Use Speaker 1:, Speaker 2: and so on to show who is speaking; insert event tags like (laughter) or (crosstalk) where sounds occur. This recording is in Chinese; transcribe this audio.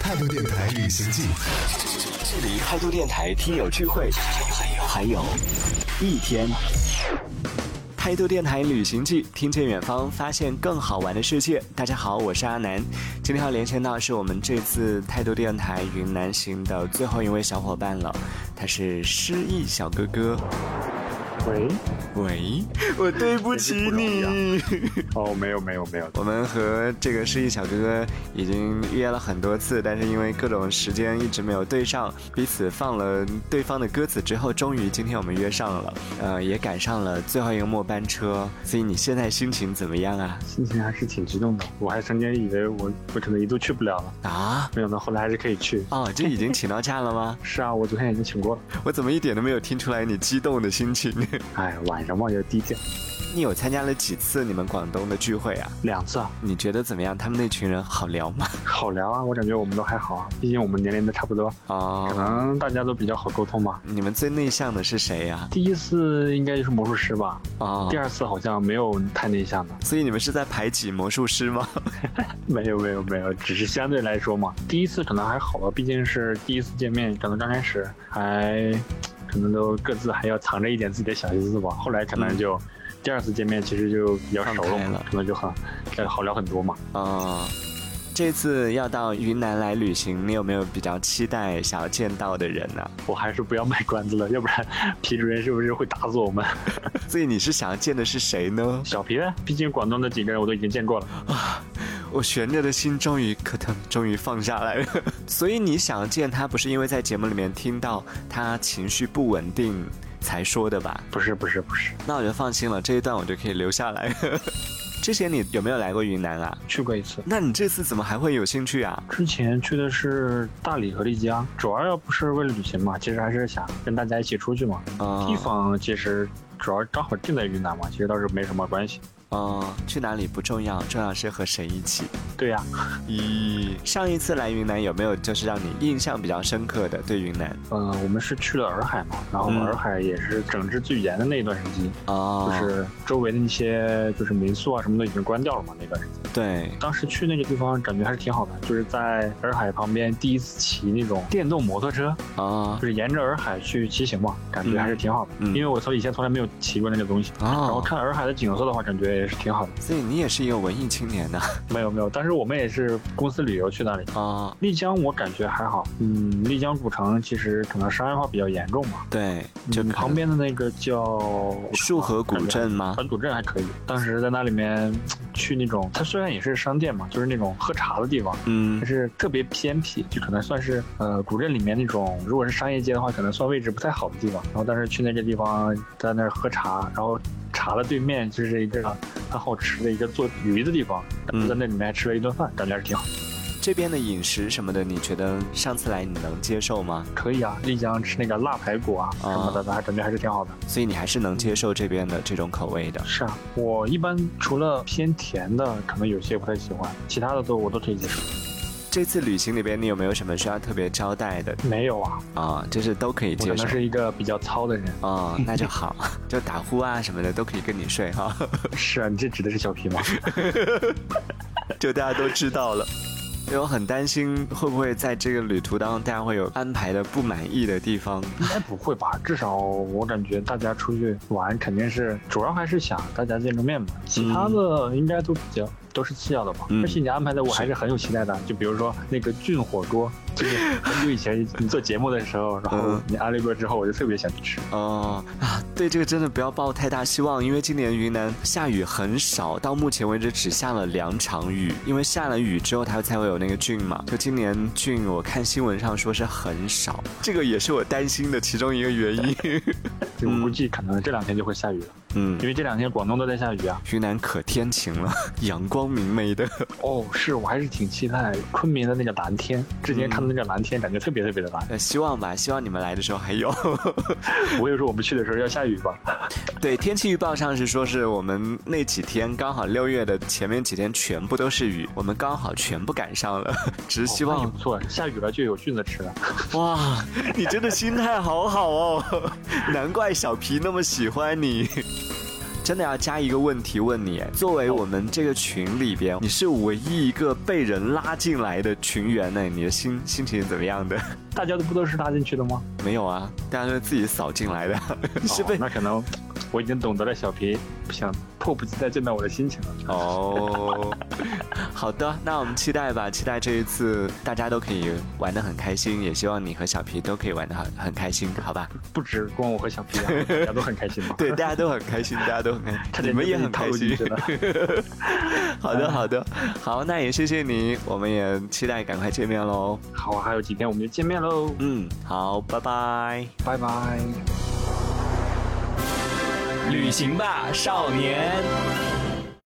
Speaker 1: 态度电台旅行记，
Speaker 2: 这里态度电台听友聚会，还有一天。态度电台旅行记，听见远方，发现更好玩的世界。大家好，我是阿南。今天要连线到是我们这次态度电台云南行的最后一位小伙伴了，他是失忆小哥哥。
Speaker 3: 喂，
Speaker 2: 喂，我对不起你。
Speaker 3: 哦，没有没有没有，
Speaker 2: 我们和这个失忆小哥哥已经约了很多次，但是因为各种时间一直没有对上，彼此放了对方的歌词之后，终于今天我们约上了，呃，也赶上了最后一个末班车。所以你现在心情怎么样啊？
Speaker 3: 心情还是挺激动的。我还曾经以为我我可能一度去不了了，
Speaker 2: 啊？
Speaker 3: 没想到后来还是可以去。？
Speaker 2: 哦，这已经请到假了吗
Speaker 3: (laughs) 是啊，我昨天已经请过了。
Speaker 2: 我怎么一点都没有听出来你激动的心情？
Speaker 3: 哎，晚上嘛要低调，
Speaker 2: 你有参加了几次你们广东的聚会啊？
Speaker 3: 两次啊，
Speaker 2: 你觉得怎么样？他们那群人好聊吗？
Speaker 3: 好聊啊。我感觉我们都还好啊，毕竟我们年龄都差不多，可
Speaker 2: 哦，
Speaker 3: 能大家都比较好沟通吧。
Speaker 2: 你们最内向的是谁呀、
Speaker 3: 第一次应该就是魔术师吧，
Speaker 2: 哦
Speaker 3: 第，二次好像没有太内向的。
Speaker 2: 所以你们是在排挤魔术师吗？
Speaker 3: 没有没有没有，只是相对来说嘛，第一次可能还好吧，毕竟是第一次见面，可能刚开始还可能都各自还要藏着一点自己的小心思吧。后来可能就、第二次见面，其实就比较熟
Speaker 2: 放开
Speaker 3: 嗯了嘛
Speaker 2: 了，
Speaker 3: 可能就很呃好聊很多嘛。
Speaker 2: 哦，这次要到云南来旅行，你有没有比较期待想要见到的人啊呢、
Speaker 3: 我还是不要卖关子了，要不然 (laughs) 皮主任是不是会打死我们？
Speaker 2: (laughs) 所以你是想要见的是谁呢？
Speaker 3: 小皮呗，毕竟广东的几个人我都已经见过了。
Speaker 2: 我悬着的心终于可疼，终于放下来了。 (laughs) 所以你想见他，不是因为在节目里面听到他情绪不稳定才说的吧？
Speaker 3: 不是不是不是，
Speaker 2: 那我就放心了，这一段我就可以留下来。 (laughs) 之前你有没有来过云南啊？
Speaker 3: 去过一次。
Speaker 2: 那你这次怎么还会有兴趣啊？
Speaker 3: 之前去的是大理和丽江，主要不是为了旅行嘛，其实还是想跟大家一起出去嘛。
Speaker 2: 啊
Speaker 3: 地方其实主要刚好定在云南嘛，其实倒是没什么关系。
Speaker 2: 哦，去哪里不重要，重要是和谁一起。
Speaker 3: 对呀、
Speaker 2: 咦，
Speaker 3: 嗯
Speaker 2: 上一次来云南有没有就是让你印象比较深刻的？对云南
Speaker 3: 嗯、我们是去了洱海嘛，然后
Speaker 2: 嗯
Speaker 3: 洱海也是整治最严的那一段时期，
Speaker 2: 哦
Speaker 3: 就是周围的那些就是民宿啊什么的已经关掉了嘛那段时间。
Speaker 2: 对，
Speaker 3: 当时去那个地方感觉还是挺好的，就是在洱海旁边第一次骑那种电动摩托车，
Speaker 2: 哦
Speaker 3: 就是沿着洱海去骑行嘛，感觉还是挺好的。
Speaker 2: 嗯嗯
Speaker 3: 因为我从以前从来没有骑过那个东西，然后
Speaker 2: 哦，
Speaker 3: 看洱海的景色的话，感觉也是挺好的。
Speaker 2: 所以你也是一个文艺青年啊呐、
Speaker 3: 没有没有，当时我们也是公司旅游去那里。
Speaker 2: 哦，
Speaker 3: 丽江我感觉还好，嗯，丽江古城其实可能商业化比较严重嘛，
Speaker 2: 对，就
Speaker 3: 嗯
Speaker 2: 可
Speaker 3: 旁边的那个叫
Speaker 2: 束河古镇吗？
Speaker 3: 环古镇还可以。当时在那里面去那种，它虽然也是商店嘛，就是那种喝茶的地方，
Speaker 2: 嗯
Speaker 3: 但，是特别偏僻，就可能算是呃古镇里面那种，如果是商业街的话，可能算位置不太好的地方。然后当时去那个地方，在那儿喝茶，然后茶的对面就是一个很好吃的一个做鱼的地方，然
Speaker 2: 嗯
Speaker 3: 后在那里面还吃了一顿饭，感觉还是挺好。
Speaker 2: 这边的饮食什么的，你觉得上次来你能接受吗？
Speaker 3: 可以啊，丽江吃那个腊排骨啊什么的，还感觉还是挺好的。
Speaker 2: 所以你还是能接受这边的这种口味的。
Speaker 3: 是啊，我一般除了偏甜的，可能有些不太喜欢，其他的都我都可以接受。
Speaker 2: 这次旅行里边，你有没有什么需要特别招待的
Speaker 3: 没有啊，
Speaker 2: 啊、就是都可以
Speaker 3: 我可
Speaker 2: 接受
Speaker 3: 能。是一个比较
Speaker 2: (laughs)
Speaker 3: 糙的人。
Speaker 2: 哦，那就好， (laughs) 就打呼啊什么的都可以跟你睡哈。
Speaker 3: 是啊，你这指的是
Speaker 2: (laughs)
Speaker 3: 小皮吗？
Speaker 2: 就大家都知道了。因为我很担心会不会在这个旅途当中，大家会有安排的不满意的地方。
Speaker 3: 应该不会吧？至少我感觉大家出去玩肯定是主要还是想大家见个面嘛，其他的应该都比较都是次要的吧。
Speaker 2: 嗯
Speaker 3: 而且你安排的我
Speaker 2: 是
Speaker 3: 还是很有期待的，就比如说那个菌火锅，就是很久以前你做节目的时候，然后
Speaker 2: 嗯
Speaker 3: 你安利过之后，我就特别想去吃。
Speaker 2: 哦啊，对这个真的不要抱太大希望，因为今年云南下雨很少，到目前为止只下了两场雨。因为下了雨之后，它才会有那个菌嘛。就今年菌，我看新闻上说是很少，这个也是我担心的其中一个原因。 (laughs)
Speaker 3: 就我估计可能这两天就会下雨了，
Speaker 2: 嗯
Speaker 3: 因，为这两天广东都在下雨啊。
Speaker 2: 云南可天晴了，阳光明媚的。
Speaker 3: 哦，是我还是挺期待昆明的那个蓝天，之前看到那个蓝天，感觉特别特别的蓝。
Speaker 2: 呃，希望吧，希望你们来的时候还有。嗯
Speaker 3: (laughs) 我有时候我们去的时候要下雨吧。
Speaker 2: (laughs) 对，天气预报上是说是我们那几天刚好六月的前面几天全部都是雨，我们刚好全部赶上了， (laughs) 只是希
Speaker 3: 哦那
Speaker 2: 望
Speaker 3: 也、不错，下雨了就有菌子吃了。
Speaker 2: (laughs) 哇，你真的心态好好哦，难怪小皮那么喜欢你。 (laughs) 真的要加一个问题问你，作为我们这个群里边，你是唯一一个被人拉进来的群员呢，你的心心情怎么样的？ (laughs)
Speaker 3: 大家都不都是拉进去的吗？
Speaker 2: 没有啊，大家都是自己扫进来的， (laughs) 是被
Speaker 3: 哦那可能我已经懂得了小皮不想迫不及待见到我的心情了。
Speaker 2: 哦，好的，那我们期待吧，期待这一次大家都可以玩得很开心，也希望你和小皮都可以玩得很很开心，好吧？
Speaker 3: 不止光我和小皮、啊，大家都很开心
Speaker 2: (laughs)
Speaker 3: 嘛。
Speaker 2: 对，大家都很开心，大家都很 (laughs) 开心，你
Speaker 3: (laughs) 差点
Speaker 2: 们
Speaker 3: 就
Speaker 2: 也
Speaker 3: 被
Speaker 2: 很
Speaker 3: 套
Speaker 2: 开
Speaker 3: 路进
Speaker 2: 心
Speaker 3: 去。
Speaker 2: (laughs)
Speaker 3: 了
Speaker 2: 好的，好的， (laughs) 好，那也谢谢你，我们也期待赶快见面喽。
Speaker 3: 好啊，还有几天我们就见面喽，
Speaker 2: 嗯，好，拜拜。
Speaker 3: 拜拜。
Speaker 2: 旅行吧，少年。